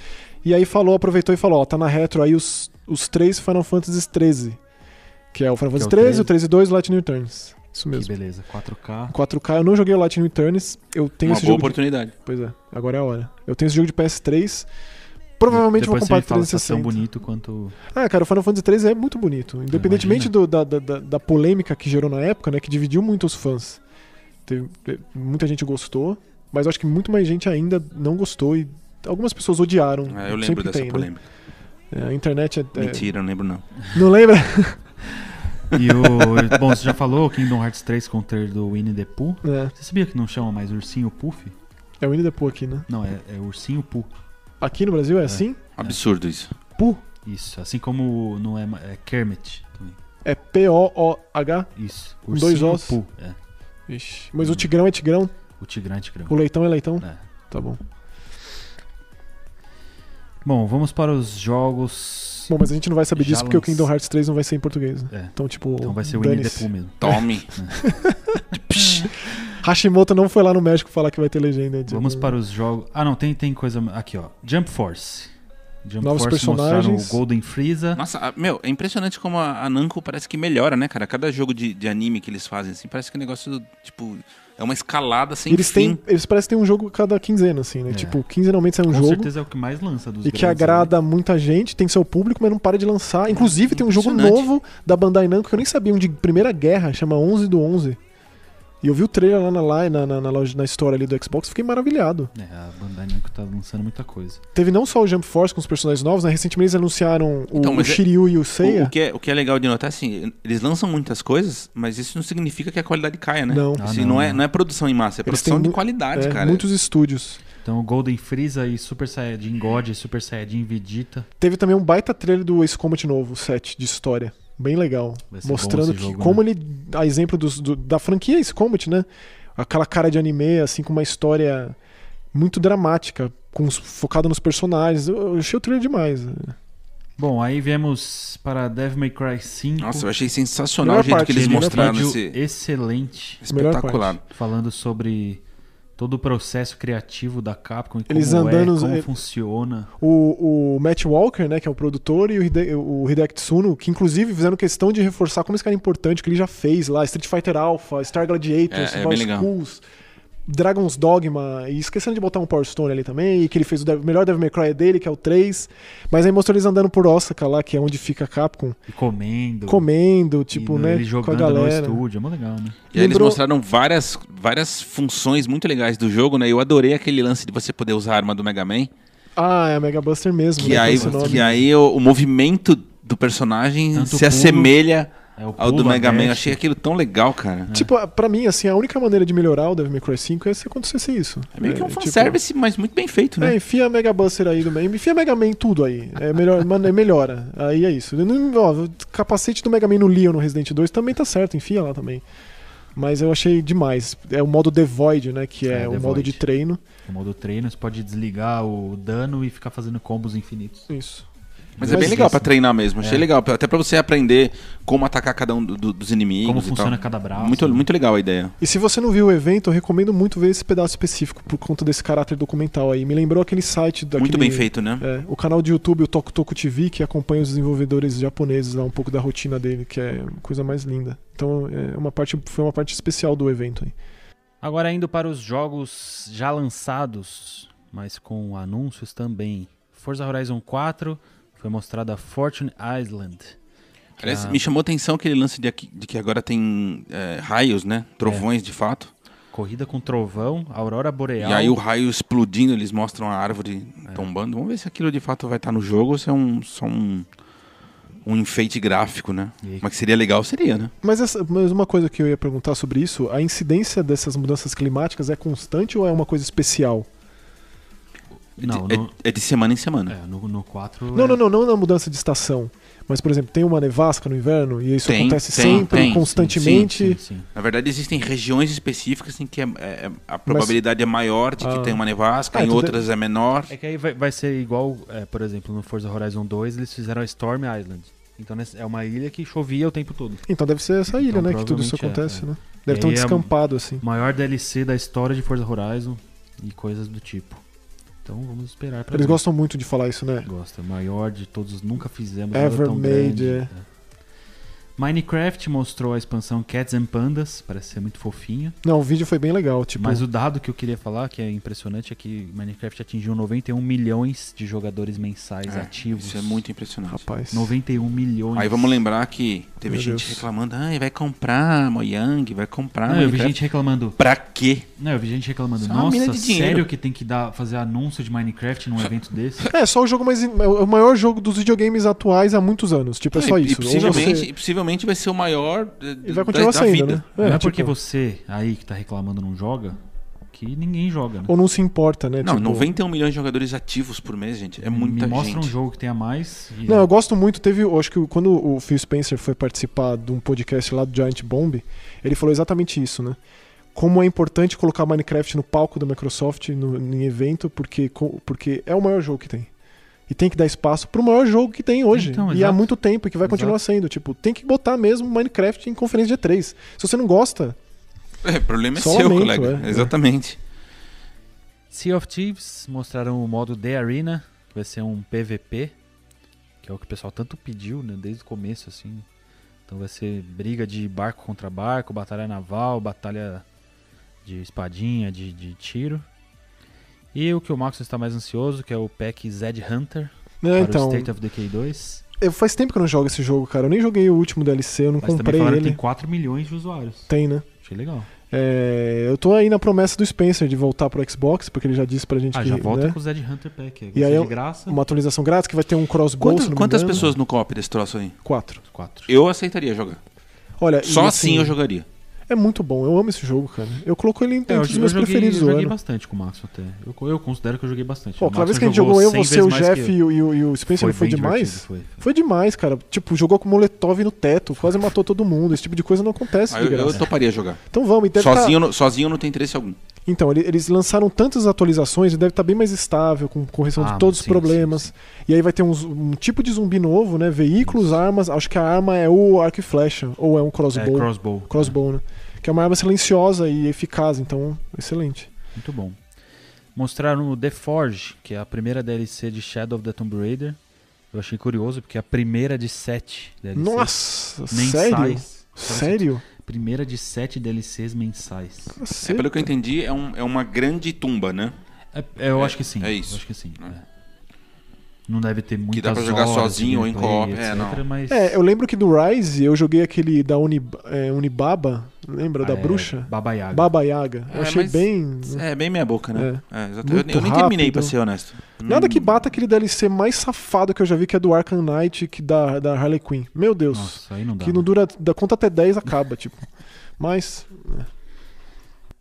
B: E aí falou, aproveitou e falou, ó, tá na retro aí os, os três Final Fantasies 13. Que é o Final
A: Que é
B: Fantasy
A: o
B: 13,
A: 13.
B: o 13 e 2 e o Lightning Returns. Isso
A: Que
B: mesmo.
A: beleza, 4K.
B: 4K, eu não joguei o Lightning Returns, eu tenho
C: Uma
B: esse
C: boa
B: jogo... de-
C: oportunidade.
B: Pois é, agora é a hora. Eu tenho esse jogo de PS3, provavelmente vou
A: Depois
B: comprar
A: você me fala se é
B: 360.
A: tão bonito quanto.
B: Ah, cara, o Final Fantasy 13 é muito bonito. Independentemente do- da, da, da, da polêmica que gerou na época, né? Que dividiu muito os fãs. Teve- eh, muita gente gostou, mas eu acho que muito mais gente ainda não gostou e algumas pessoas odiaram.
C: É, eu lembro
B: Sempre
C: dessa
B: tem, né?
C: polêmica.
B: É, a internet é. é-
C: Mentira, eu não lembro não.
B: não lembra?
A: E o. Bom, você já falou Kingdom Hearts 3 com o trailer do Winnie the Pooh.
B: é,
A: Você sabia que não chama mais Ursinho Puff?
B: é o Winnie the Pooh aqui, né?
A: Não, é, é Ursinho Pooh.
B: Aqui no Brasil é,
A: É.
B: assim?
C: Absurdo isso.
B: Pooh.
A: Isso. Assim como o- não é, ma- é Kermit. também.
B: É P-O-O-H.
A: Isso.
B: Com Um dois
A: Ursinho
B: ossos.
A: Pooh. É.
B: Ixi, Mas o Tigrão é Tigrão,
A: O Tigrante Grão.
B: o Leitão é Leitão.
A: É.
B: Tá bom.
A: Bom, vamos para os jogos.
B: Bom, mas a gente não vai saber
A: Já
B: disso porque o
A: lança-
B: Kingdom Hearts 3 não vai ser em português. né?
A: É.
B: Então, tipo.
A: Então vai ser o Winnie the
B: dane-se.
A: Pooh mesmo.
C: Tome.
A: um.
B: Hashimoto não foi lá no México falar que vai ter legenda. de-
A: Vamos para os jogos. Ah, não, tem, tem coisa. Aqui, ó. Jump Force. Jump
B: Novos
A: Force mostraram o
B: personagens.
A: Golden Freeza.
C: Nossa, a- meu, é impressionante como a, a Namco parece que melhora, né, cara? Cada jogo de, de anime que eles fazem, assim, parece que o negócio, tipo, é uma escalada sem
B: eles
C: fim.
B: têm, eles parecem ter um jogo cada quinzena, assim, né?
A: É.
B: Tipo, quinzenalmente sai um
A: Com
B: jogo
A: certeza é o que mais lança dos
B: e que
A: grandes, né?
B: agrada muita gente, tem seu público, mas não para de lançar. Inclusive, tem um jogo
C: Impressionante.
B: novo da Bandai Namco que eu nem sabia, um de Primeira Guerra, chama 11 do 11. E eu vi o trailer lá na, live- na, na, na loja, na história ali do Xbox, fiquei maravilhado.
A: É, a Bandai Namco tá lançando muita coisa.
B: Teve não só o Jump Force com os personagens novos, né? Recentemente eles anunciaram o,
C: Então,
B: o
C: mas é-
B: Shiryu e o
C: O, o
B: Seiya.
C: que é, o que é legal de notar, assim, eles lançam muitas coisas, mas isso não significa que a qualidade caia, né?
B: Não.
A: Ah,
C: Assim,
A: não,
C: não, é,
A: não.
C: não é produção em massa, é
B: Eles
C: produção
B: têm
C: de
B: mu-
C: qualidade,
B: É,
C: cara.
B: muitos estúdios.
A: Então, Golden Freeza e Super Saiyajin God, Super Saiyajin Vegeta.
B: Teve também um baita trailer do Ace Combat novo, o set de história. Bem legal.
A: Vai ser bom
B: Mostrando
A: esse
B: que,
A: jogo, né?
B: como ele. A exemplo dos- do- da franquia Ace Combat, né? Aquela cara de anime, assim, com uma história muito dramática, com, os- focada nos personagens. Eu, eu achei o trailer demais. né?
A: Bom, aí viemos para Devil May Cry 5.
C: Nossa, eu achei sensacional
B: Melhor
C: o jeito
B: parte,
C: que eles
B: ele- melhor
C: mostraram
A: é um Vídeo
C: esse
A: excelente,
B: Melhor parte.
C: espetacular.
A: falando sobre todo o processo criativo da Capcom e como
B: Eles
A: é,
B: andando-
A: como
B: ele-
A: funciona.
B: O, o Matt Walker, né, que é o produtor, e o, Hide, o Hideaki Tsuno, que inclusive fizeram questão de reforçar como esse cara é importante, o que ele já fez lá, Street Fighter Alpha, Star Gladiator,
C: É, é
B: Survival
C: bem legal.
B: Schools, Dragon's Dogma, e esquecendo de botar um Power Stone ali também, e que ele fez o Dev- melhor Devil May Cry é dele, que é o 3, mas aí mostrou eles andando por Osaka lá, que é onde fica a Capcom,
A: E comendo.
B: comendo,
A: e
B: tipo,
A: no-
B: né,
A: Ele
B: com a
A: jogando no
B: galera.
A: estúdio. É muito legal, né?
C: E aí eles
B: Lembrou-
C: mostraram várias, várias funções muito legais do jogo, né? Eu adorei aquele lance de você poder usar a arma do Mega Man.
B: Ah, é a Mega Buster mesmo.
C: Que
B: né,
C: aí,
B: esse nome.
C: que aí o, o movimento do personagem
A: Tanto
C: se
A: pulo,
C: assemelha
A: É o
C: ao Ah, do
A: pulo, a
C: Mega Man. Eu
A: mexe.
C: achei aquilo tão legal, cara.
B: Tipo, a- pra mim, assim, a única maneira de melhorar o Devil May Cry 5 é se acontecesse isso.
C: É meio que um
B: tipo,
C: fanservice, mas muito bem feito, né?
B: É, enfia a Mega Buster aí do meio. Enfia Mega Man em tudo aí. É melhor, mano, é melhora. Aí é isso. Eu não- ó, o capacete do Mega Man no Leon no Resident 2 também tá certo, enfia lá também. Mas eu achei demais. É o modo The Void, né? Que é,
A: É,
B: o
A: The
B: modo
A: Void.
B: de treino.
A: O modo treino, você pode desligar o dano e ficar fazendo combos infinitos.
B: Isso.
C: Mas é
B: Mas
C: bem legal
A: isso.
C: pra treinar mesmo. Achei
A: É.
C: legal. Até pra você aprender como atacar cada um do- do- dos inimigos.
A: Como
C: e tal.
A: funciona cada né? braço.
C: Muito, muito legal a ideia.
B: E se você não viu o evento, eu recomendo muito ver esse pedaço específico por conta desse caráter documental aí. Me lembrou aquele site daquele,
C: Muito bem feito, né?
B: É, o canal de YouTube, o Toku Toku TV, que acompanha os desenvolvedores japoneses lá um pouco da rotina dele, que é a coisa mais linda. Então, é uma parte, foi uma parte especial do evento aí.
A: Agora indo para os jogos já lançados, mas com anúncios também. Forza Horizon 4 foi mostrada Fortune Island. que
C: Aliás,
A: é a
C: me chamou a atenção aquele lance de, aqui- de que agora tem é, raios, né? Trovões, de fato.
A: Corrida com trovão, aurora boreal.
C: E aí o raio explodindo, eles mostram a árvore
B: É.
C: tombando. Vamos ver se aquilo de fato vai estar no jogo ou se é um, só um, um enfeite gráfico, né?
A: E aí?
C: Mas que seria legal, seria, né?
B: Mas, essa- mas uma coisa que eu ia perguntar sobre isso, a incidência dessas mudanças climáticas é constante ou é uma coisa especial?
A: Não,
C: é, de-
A: no,
C: é de semana em semana.
A: é, no, no 4
B: Não,
A: é-
B: não, não, não na mudança de estação. Mas, por exemplo, tem uma nevasca no inverno e isso
C: Tem,
B: acontece
C: tem,
B: sempre,
C: tem.
B: constantemente.
A: Sim, sim.
C: Na verdade, existem regiões específicas em que é- é- é- a probabilidade é maior de que
B: Ah.
C: tenha uma nevasca,
B: Ah,
C: em
B: então
C: outras é menor.
A: É que aí vai, vai ser igual, é, por exemplo, no Forza Horizon 2 eles fizeram a Storm Island. Então nessa- é uma ilha que chovia o tempo todo.
B: Então deve ser essa ilha,
A: Então,
B: né? Que tudo isso
A: provavelmente é,
B: acontece, né? Deve
A: E
B: ter um
A: aí é-
B: descampado, assim.
A: Maior DLC da história de Forza Horizon e coisas do tipo. Então vamos esperar pra
B: Eles
A: ver.
B: gostam muito de falar isso, né?
A: Gosta, maior de todos, nunca fizemos
B: Ever
A: nada tão
B: made,
A: grande.
B: é.
A: É. Minecraft mostrou a expansão Cats and Pandas, parece ser muito fofinho.
B: Não, o vídeo foi bem legal, tipo.
A: Mas o dado que eu queria falar, que é impressionante, é que Minecraft atingiu 91 milhões de jogadores mensais
C: É,
A: ativos.
C: Isso é muito impressionante.
B: Rapaz.
A: 91 milhões.
C: Aí vamos lembrar que teve
B: Meu
C: gente
B: Deus.
C: reclamando, ah, vai comprar Mojang, vai comprar
A: Não, eu vi
C: Minecraft."
A: gente reclamando.
C: Pra quê?
A: Não, eu vi gente reclamando.
C: Isso é uma mina
A: Nossa,
C: de dinheiro."
A: sério que tem que dar, fazer anúncio de Minecraft num evento desse?
B: É, só o jogo mais. É o maior jogo dos videogames atuais há muitos anos. Tipo, é só
C: e,
B: isso.
C: E
B: Ou
C: possivelmente,
B: você-
C: e possivelmente vai ser o maior eh,
B: E vai
C: da-
B: continuar
C: da,
B: sendo,
C: vida.
B: né?
A: não é
B: tipo,
A: porque você aí que tá reclamando não joga, que ninguém joga, né?
B: Ou não se importa, né?
C: Não,
B: tipo...
C: 91 milhões de jogadores ativos por mês, gente. É
A: Me
C: muita
A: mostra
C: gente.
A: um jogo que tenha mais. e-
B: Não, eu gosto muito. Teve, eu acho que quando o Phil Spencer foi participar de um podcast lá do Giant Bomb, ele falou exatamente isso, né? Como é importante colocar Minecraft no palco da Microsoft no, em evento, porque, co- porque é o maior jogo que tem. E tem que dar espaço pro maior jogo que tem hoje.
A: Então,
B: e há
A: exato.
B: muito tempo e que vai continuar sendo. Tipo, tem que botar mesmo Minecraft em conferência de E3. Se você não gosta,
C: É, o problema é
B: Só
C: seu,
B: lamento,
C: colega.
B: é, é.
C: Exatamente.
A: Sea of Thieves mostraram o modo The Arena, que vai ser um PVP, que é o que o pessoal tanto pediu, né? Desde o começo, assim. Então vai ser briga de barco contra barco, batalha naval, batalha de espadinha, de, de tiro. E o que o Max está mais ansioso, que é o pack Zed Hunter
B: né,
A: para
B: então.
A: o State of Decay 2.
B: Eu, faz tempo que eu não jogo esse jogo, cara. Eu nem joguei o último DLC, eu não
A: Mas também
B: comprei
A: falaram que
B: ele.
A: tem 4 milhões de usuários.
B: Tem, né?
A: Achei legal.
B: É, eu tô aí na promessa do Spencer de voltar pro Xbox, porque ele já disse pra gente
A: Ah,
B: que
A: já volta
B: né,
A: com o Zed Hunter Pack. É
B: E aí
A: de
B: eu-
A: graça.
B: uma atualização grátis que vai ter um crossbow.
C: Quantas,
B: se não me
C: quantas
B: engano.
C: pessoas no co-op desse troço aí?
B: Quatro.
A: Quatro.
C: Eu aceitaria jogar.
B: Olha,
C: Só
B: É, e
C: assim, eu jogaria.
B: É muito bom, eu amo esse jogo, cara. Eu coloco ele entre
A: É, eu,
B: os
A: eu
B: meus
A: joguei,
B: preferidos
A: eu
B: do
A: joguei
B: ano.
A: bastante com o Max até. Eu, eu considero que eu joguei bastante.
B: Pô,
A: O
B: aquela
A: Max
B: vez que a gente jogou eu,
A: 100
B: você,
A: vezes
B: o
A: mais
B: Jeff
A: que eu.
B: e o, e o- e o Spencer, não foi
A: bem
B: demais?
A: divertido, Foi, foi.
B: Foi demais, cara. Tipo, jogou com moletov no teto, quase matou todo mundo. Esse tipo de coisa não acontece
C: Ah,
B: de
C: eu,
B: graça.
C: eu toparia jogar.
B: Então vamos, e deve tá-
C: Sozinho, eu não- sozinho eu não tenho interesse algum. É,
B: Então, ele- eles lançaram tantas atualizações e deve estar bem mais estável, com correção
A: Ah,
B: de todos os
A: sim,
B: problemas.
A: sim,
B: E aí vai ter uns- um tipo de zumbi novo, né? Veículos, armas. Acho que a arma é o arco e flecha, ou é um
A: É,
B: crossbow.
A: crossbow.
B: crossbow, né? Que é uma arma silenciosa e eficaz, então, excelente.
A: Muito bom. Mostraram o The Forge, que é a primeira DLC de Shadow of the Tomb Raider. Eu achei curioso, porque é a primeira de sete DLCs.
B: Nossa, sério?
A: Mensais.
B: Sério?
A: É Primeira de sete DLCs mensais.
C: É,
B: Caceta.
C: pelo que eu entendi, é, um- é uma grande tumba, né?
A: É- é, eu
C: É-
A: acho que sim.
C: é isso,
A: Eu acho que sim.
C: né?
A: é. Não deve ter muitas
C: dá pra jogar
A: horas de
C: sozinho ou em
A: gameplay,
C: co-op, é,
A: etc,
C: não.
A: Mas...
B: É, eu lembro que do Rise eu joguei aquele da Uni- é, Unibaba, Lembra da
A: É,
B: bruxa?
A: Baba Yaga.
B: Baba Yaga. Eu
C: É,
B: achei
C: mas-
B: bem.
C: É bem meia boca, né? É, exatamente.
B: Uhum. Muito
C: eu, nem- eu nem terminei,
B: rápido.
C: pra ser honesto.
B: Nada
C: Hum,
B: que bata aquele DLC mais safado que eu já vi, que é do Arkham Knight, que da, da Harley Quinn. Meu Deus.
A: Nossa, aí não dá.
B: que não
A: né?
B: dura. Da conta até 10 acaba, tipo. Mas.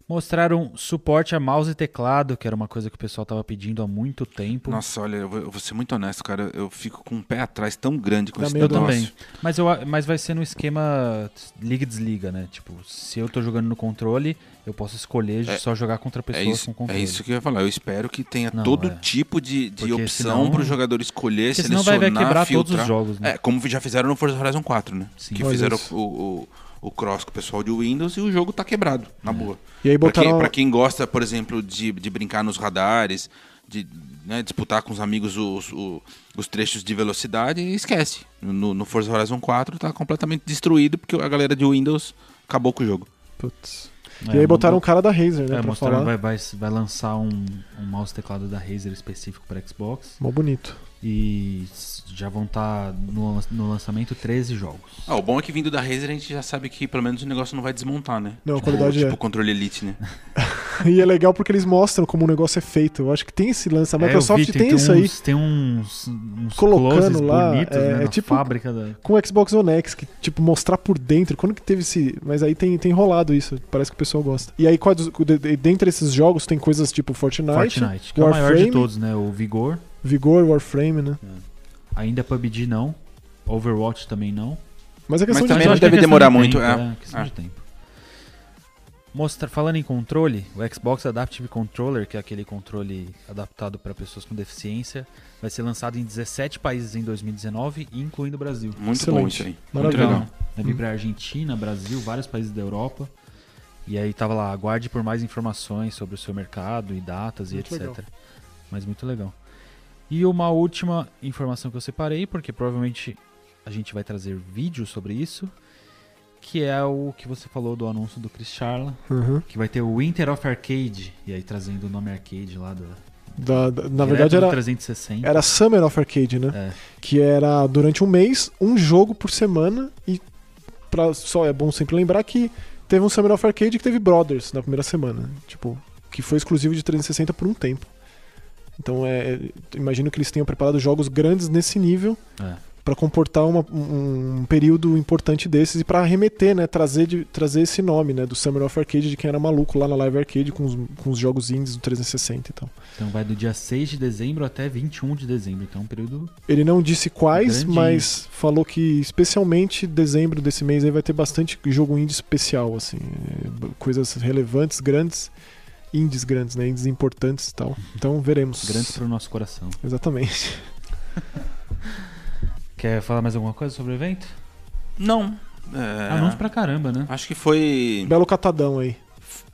A: Mostraram suporte a mouse e teclado, que era uma coisa que o pessoal tava pedindo há muito tempo.
C: Nossa, olha, eu vou, eu vou ser muito honesto, cara. Eu fico com um pé atrás tão grande com
B: Dá
C: esse
B: medo.
A: eu
C: negócio.
A: também. Mas, eu, mas vai ser no esquema liga e desliga, né? Tipo, se eu tô jogando no controle, eu posso escolher
C: É-
A: só jogar contra
C: É
A: pessoas
C: isso,
A: com controle.
C: é isso que eu ia falar. Eu espero que tenha
A: Não,
C: todo
A: é.
C: tipo de, de
A: Porque
C: opção
A: senão-
C: para o jogador escolher,
A: Porque senão vai,
C: selecionar,
A: vai quebrar
C: filtrar.
A: todos os jogos, né?
C: É, como já fizeram no Forza Horizon 4, né?
A: Sim. é.
C: Que
B: Olha
C: fizeram
B: isso.
C: o, o, o cross com o pessoal de Windows e o jogo tá quebrado,
A: É.
C: na boa.
B: E aí
C: Pra quem,
B: botaram.
C: pra quem gosta, por exemplo, de, de brincar nos radares, de né, disputar com os amigos os, o- os trechos de velocidade, esquece. No, no Forza Horizon 4 tá completamente destruído porque a galera de Windows acabou com o jogo.
B: Putz.
A: É,
B: e aí
A: não
B: botaram um
A: dá-
B: cara da Razer, né?
A: é,
B: pra
A: mostraram,
B: falar.
A: vai, vai, vai lançar um, um mouse e teclado da Razer específico para Xbox.
B: Mó bonito.
A: E s- já vão estar no, lan- no lançamento 13 jogos.
C: Ah, o bom é que vindo da Razer a gente já sabe que pelo menos o negócio não vai desmontar, né?
B: Não, a qualidade
C: tipo
B: é.
C: controle Elite, né?
B: E é legal porque eles mostram como o negócio é feito. Eu acho que tem esse lance.
A: É,
B: A
A: eu
B: Microsoft
A: vi,
B: tem, isso aí.
A: uns- Tem uns, uns
B: Colocando
A: closes
B: lá,
A: bonitos,
B: é,
A: né?
B: é
A: na
B: tipo-
A: fábrica da...
B: Com o Xbox One X, que, tipo, mostrar por dentro. Quando que teve esse. Mas aí tem, tem rolado isso. Parece que o pessoal gosta. E aí, qual- de- de- dentre esses jogos, tem coisas tipo Fortnite,
A: Fortnite, que é o maior de
B: Warframe.
A: todos, né? O Vigor.
B: Vigor, Warframe, né?
A: Ainda PUBG não. Overwatch também não.
B: Mas é questão
C: Mas
B: de.
C: também
A: eu
C: não
A: acho que
C: deve
A: é questão
C: demorar
A: de
C: muito,
A: tempo,
C: é.
A: questão
C: É.
A: de tempo. Mostra, falando em controle, o Xbox Adaptive Controller, que é aquele controle adaptado para pessoas com deficiência, vai ser lançado em 17 países em 2019, incluindo o Brasil.
C: Muito bom
B: Excelente.
C: isso aí.
B: Maravilha.
C: Muito legal.
A: Vai vir para Argentina, Brasil, vários países da Europa. E aí tava lá, aguarde por mais informações sobre o seu mercado e datas
B: Muito
A: e etc.
B: legal.
A: Mas muito legal. E uma última informação que eu separei, porque provavelmente a gente vai trazer vídeo sobre isso, que é o que você falou do anúncio do Chris Charla,
B: Uhum.
A: que vai ter o Winter of Arcade, e aí trazendo o nome arcade lá da
B: Da- da- na
A: direto
B: verdade,
A: do
B: era,
A: 360.
B: Era Summer of Arcade, né?
A: É.
B: Que era durante um mês, um jogo por semana. E pra, só é bom sempre lembrar que teve um Summer of Arcade que teve Brothers na primeira semana. Tipo, que foi exclusivo de 360 por um tempo. Então é, é, imagino que eles tenham preparado jogos grandes nesse nível
A: É.
B: pra comportar uma- um, um período importante desses e pra remeter, né? Trazer, de- trazer esse nome, né? Do Summer of Arcade de quem era maluco lá na Live Arcade com os, com os jogos indies do 360 e tal.
A: Então vai do dia 6 de dezembro até 21 de dezembro, então é um período
B: Ele não disse quais,
A: Grandinho.
B: mas falou que especialmente dezembro desse mês aí vai ter bastante jogo indie especial, assim. é, b- Coisas relevantes, grandes, indies grandes, né? Indies importantes e tal. Então veremos.
A: grande para o nosso coração.
B: Exatamente.
A: Quer falar mais alguma coisa sobre o evento?
C: Não. é,
A: Anúncio Ah, pra caramba, né?
C: Acho que foi.
B: Belo catadão aí.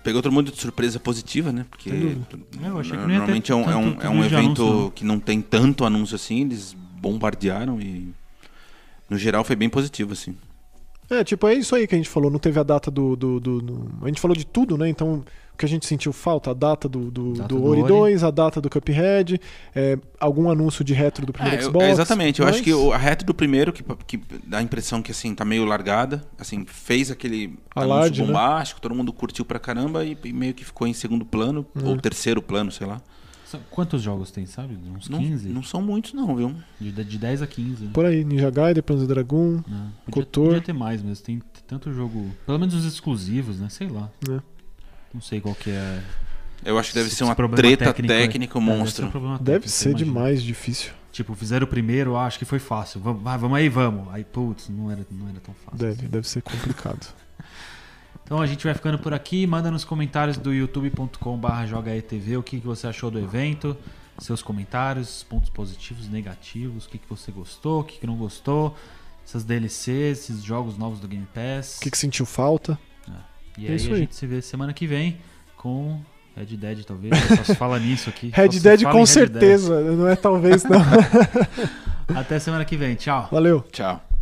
C: Pegou todo mundo de surpresa positiva, né? Porque
B: Sem dúvida.
A: Eu achei que não ia ter
C: normalmente é um, é um-
A: tanto
C: é um
A: vídeo de
C: evento
A: anúncio, né? não.
C: que não tem tanto anúncio assim, eles bombardearam e. No geral foi bem positivo, assim.
B: É, tipo, é isso aí que a gente falou. Não teve a data do. do, do- do- A gente falou de tudo, né? Então, o que a gente sentiu falta? A data do, do,
A: Data
B: do
A: do
B: Ori
A: Ori.
B: 2, a data do Cuphead, é, algum anúncio de retro do primeiro
C: É, eu-
B: Xbox.
C: é, exatamente, eu
B: mas-
C: acho que o- a reta do primeiro, que, que dá a impressão que assim, tá meio largada, assim, fez aquele
B: Alarde, né?
C: bombástico, todo mundo curtiu pra caramba e, e meio que ficou em segundo plano,
B: Hum.
C: ou terceiro plano, sei lá.
A: São- Quantos jogos tem, sabe? Uns
C: Não,
A: 15?
C: não são muitos, não, viu?
A: De, de 10 a 15. né?
B: Por aí, Ninja Gaiden, Panzer Dragon.
A: Né? Podia,
B: Kotor.
A: podia ter mais, mas tem t- tanto jogo. Pelo menos os exclusivos, né? Sei lá.
B: Né.
A: Não sei qual que é.
C: Eu acho que deve
A: esse-
C: ser uma
A: esse problema
C: treta
A: técnico aí.
C: técnica, um
A: É, deve
C: monstro.
A: ser um problema
B: Deve
A: técnico,
B: ser
A: imagino.
B: demais difícil.
A: Tipo, fizeram o primeiro, ah, acho que foi fácil. Vamos, vai, vamos aí, vamos. Aí, putz, não era, não era tão fácil. assim.
B: Deve, deve ser complicado.
A: Então a gente vai ficando por aqui. Manda nos comentários do youtube.com.br jogaetv o que, que você achou do evento, seus comentários, pontos positivos, negativos, o que, que você gostou, o que, que não gostou, essas DLCs, esses jogos novos do Game Pass.
B: O que, que sentiu falta?
A: E
B: é
A: aí,
B: isso
A: a
B: aí.
A: gente se vê semana que vem com Red Dead, talvez. Só se fala nisso aqui. Só
B: Red
A: se
B: Dead
A: fala em
B: com
A: Red Dead.
B: certeza, não é talvez não.
A: Até semana que vem. Tchau.
B: Valeu.
C: Tchau.